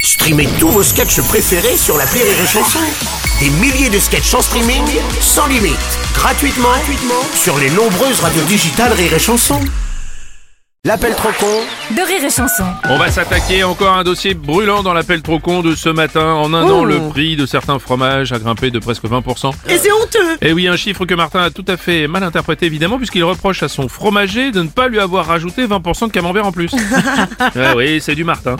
Streamez tous vos sketchs préférés sur la Rire et Chanson. Des milliers de sketchs en streaming, sans limite, gratuitement, gratuitement sur les nombreuses radios digitales Rire et Chanson. L'appel trop con de rire et chanson. On va s'attaquer encore à un dossier brûlant dans l'appel trop con de ce matin. En un an, le prix de certains fromages a grimpé de presque 20%. Oh. Et c'est honteux Et Eh oui, un chiffre que Martin a tout à fait mal interprété, évidemment, puisqu'il reproche à son fromager de ne pas lui avoir rajouté 20% de camembert en plus. ah oui, c'est du Martin.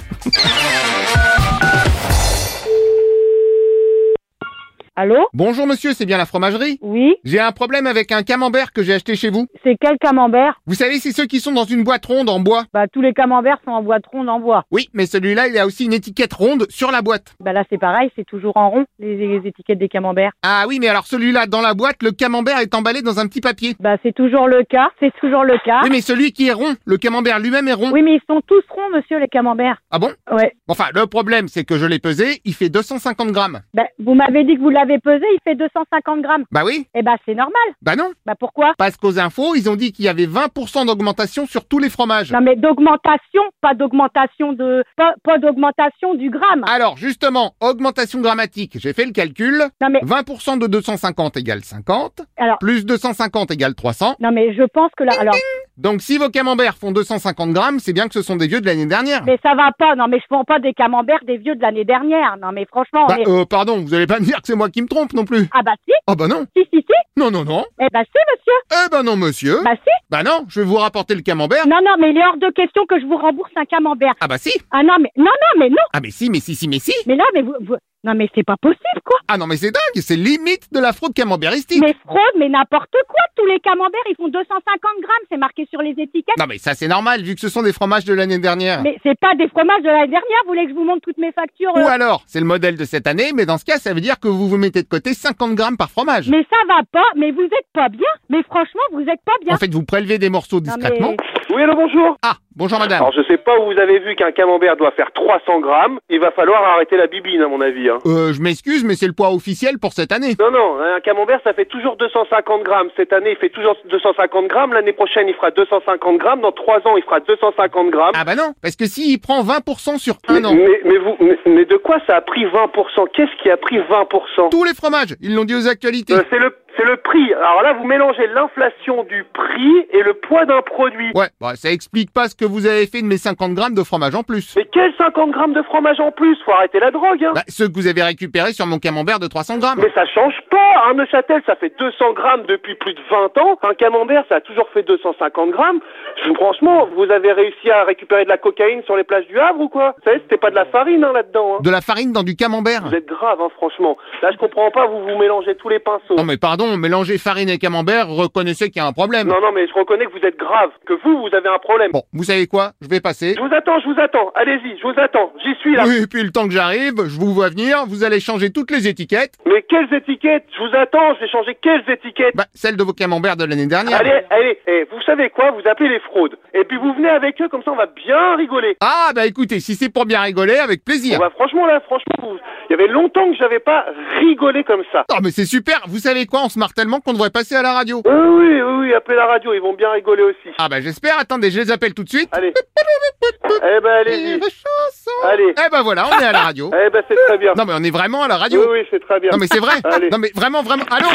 Allô Bonjour monsieur, c'est bien la fromagerie Oui J'ai un problème avec un camembert que j'ai acheté chez vous. C'est quel camembert Vous savez, c'est ceux qui sont dans une boîte ronde en bois. Bah tous les camemberts sont en boîte ronde en bois. Oui, mais celui-là, il a aussi une étiquette ronde sur la boîte. Bah là c'est pareil, c'est toujours en rond les, les étiquettes des camemberts. Ah oui, mais alors celui-là, dans la boîte, le camembert est emballé dans un petit papier. Bah c'est toujours le cas, c'est toujours le cas. Oui, mais celui qui est rond, le camembert lui-même est rond. Ah. Oui, mais ils sont tous ronds monsieur les camemberts. Ah bon Ouais. Enfin, le problème, c'est que je l'ai pesé, il fait 250 grammes. Bah vous m'avez dit que vous l'avez pesé, il fait 250 grammes. Bah oui, Eh bah c'est normal. bah non. Bah pourquoi Parce qu'aux infos, ils ont dit qu'il y avait 20% d'augmentation sur tous les fromages. Non mais d'augmentation, pas d'augmentation de pas, pas d'augmentation du gramme. Alors justement, augmentation grammatique, j'ai fait le calcul. Non mais 20% de 250 égale 50, alors plus 250 égale 300. non mais je pense que là alors Donc si vos camemberts font 250 grammes, c'est bien que ce sont des vieux de l'année dernière. mais ça va pas. Non mais je vends pas des camemberts des vieux de l'année dernière. Non mais franchement, on Bah est- euh, pardon, vous allez pas me dire que c'est moi qui me trompe non plus. ah bah si, Oh bah non, si si si. non non non. Eh ben si, monsieur. Eh bah non monsieur. Bah si. Bah non, je vais vous rapporter le camembert. Non, non, mais il est hors de question que je vous rembourse un camembert. Ah bah si. Ah non, mais non, non, mais non. Ah mais si, mais si, si, mais si. Mais là, mais vous, vous- non, mais c'est pas possible, quoi. Ah non mais c'est dingue, c'est limite de la fraude camemberistique. Mais fraude, mais n'importe quoi. Tous les camemberts, ils font 250 grammes. C'est marqué sur les étiquettes. Non mais ça c'est normal vu que ce sont des fromages de l'année dernière. Mais c'est pas des fromages de l'année dernière. Vous voulez que je vous montre toutes mes factures euh Ou alors, c'est le modèle de cette année, mais dans ce cas, ça veut dire que vous vous mettez de côté 50 grammes par fromage. Mais ça va pas. Mais vous êtes pas bien. Mais franchement, vous êtes pas bien. En fait, vous prélevez des morceaux Non, discrètement. mais- Oui, allô, bonjour. Ah, bonjour madame. Alors, je sais pas où vous avez vu qu'un camembert doit faire 300 grammes. Il va falloir arrêter la bibine, à mon avis. hein. Euh, je m'excuse, mais c'est le poids officiel pour cette année. Non, non, un camembert, ça fait toujours 250 grammes. Cette année, il fait toujours 250 grammes. L'année prochaine, il fera 250 grammes. Dans trois ans, il fera 250 grammes. Ah bah non, parce que s'il prend 20% sur mais, un an, mais, mais vous, mais, mais de quoi ça a pris 20% Qu'est-ce qui a pris 20% tous les fromages, ils l'ont dit aux actualités. Euh, C'est le, c'est le prix. Alors là, vous mélangez l'inflation du prix et le poids d'un produit. Ouais, bah ça explique pas ce que vous avez fait de mes 50 grammes de fromage en plus. Mais quels 50 grammes de fromage en plus Faut arrêter la drogue, hein Bah, ceux que vous avez récupérés sur mon camembert de 300 grammes. Mais ça change pas, hein, Neuchâtel, ça fait 200 grammes depuis plus de 20 ans. Un camembert, ça a toujours fait 250 grammes. Je- Franchement, vous avez réussi à récupérer de la cocaïne sur les plages du Havre ou quoi Vous savez, c'était pas de la farine, hein, là-dedans. hein. De la farine dans du camembert. Vous êtes grave, hein, franchement. Là, je comprends pas, vous vous mélangez tous les pinceaux. Non mais pardon, mélanger farine et camembert, reconnaissez qu'il y a un problème. Non, non, mais je reconnais que vous êtes grave, que vous, vous avez un problème. Bon, vous savez quoi Je vais passer. Je vous attends, je vous attends, allez-y, je vous attends, j'y suis là. Oui, et puis le temps que j'arrive, je vous vois venir, vous allez changer toutes les étiquettes. Mais quelles étiquettes Je vous attends, j'ai changé quelles étiquettes Bah, celles de vos camemberts de l'année dernière. Allez, allez, eh, vous savez quoi Vous appelez les fraudes. Et puis vous venez avec eux, comme ça on va bien rigoler. Ah bah écoutez, si c'est pour bien rigoler, avec plaisir. Bon, bah, franchement, là, franchement, vous- il y avait longtemps que j'avais pas rigolé comme ça. Non mais c'est super, vous savez quoi, on se marre tellement qu'on devrait passer à la radio. Oui, Euh, oui, oui, oui, appelez la radio, ils vont bien rigoler aussi. Ah bah j'espère, attendez, je les appelle tout de suite. Allez. eh ben, allez-y. Allez. Eh ben voilà, on est à la radio. Eh ben, c'est très bien. Non mais on est vraiment à la radio. Oui, oui, c'est très bien. Non mais c'est vrai. Allez. Non mais vraiment, vraiment. Allô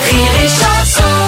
Rire et chanson.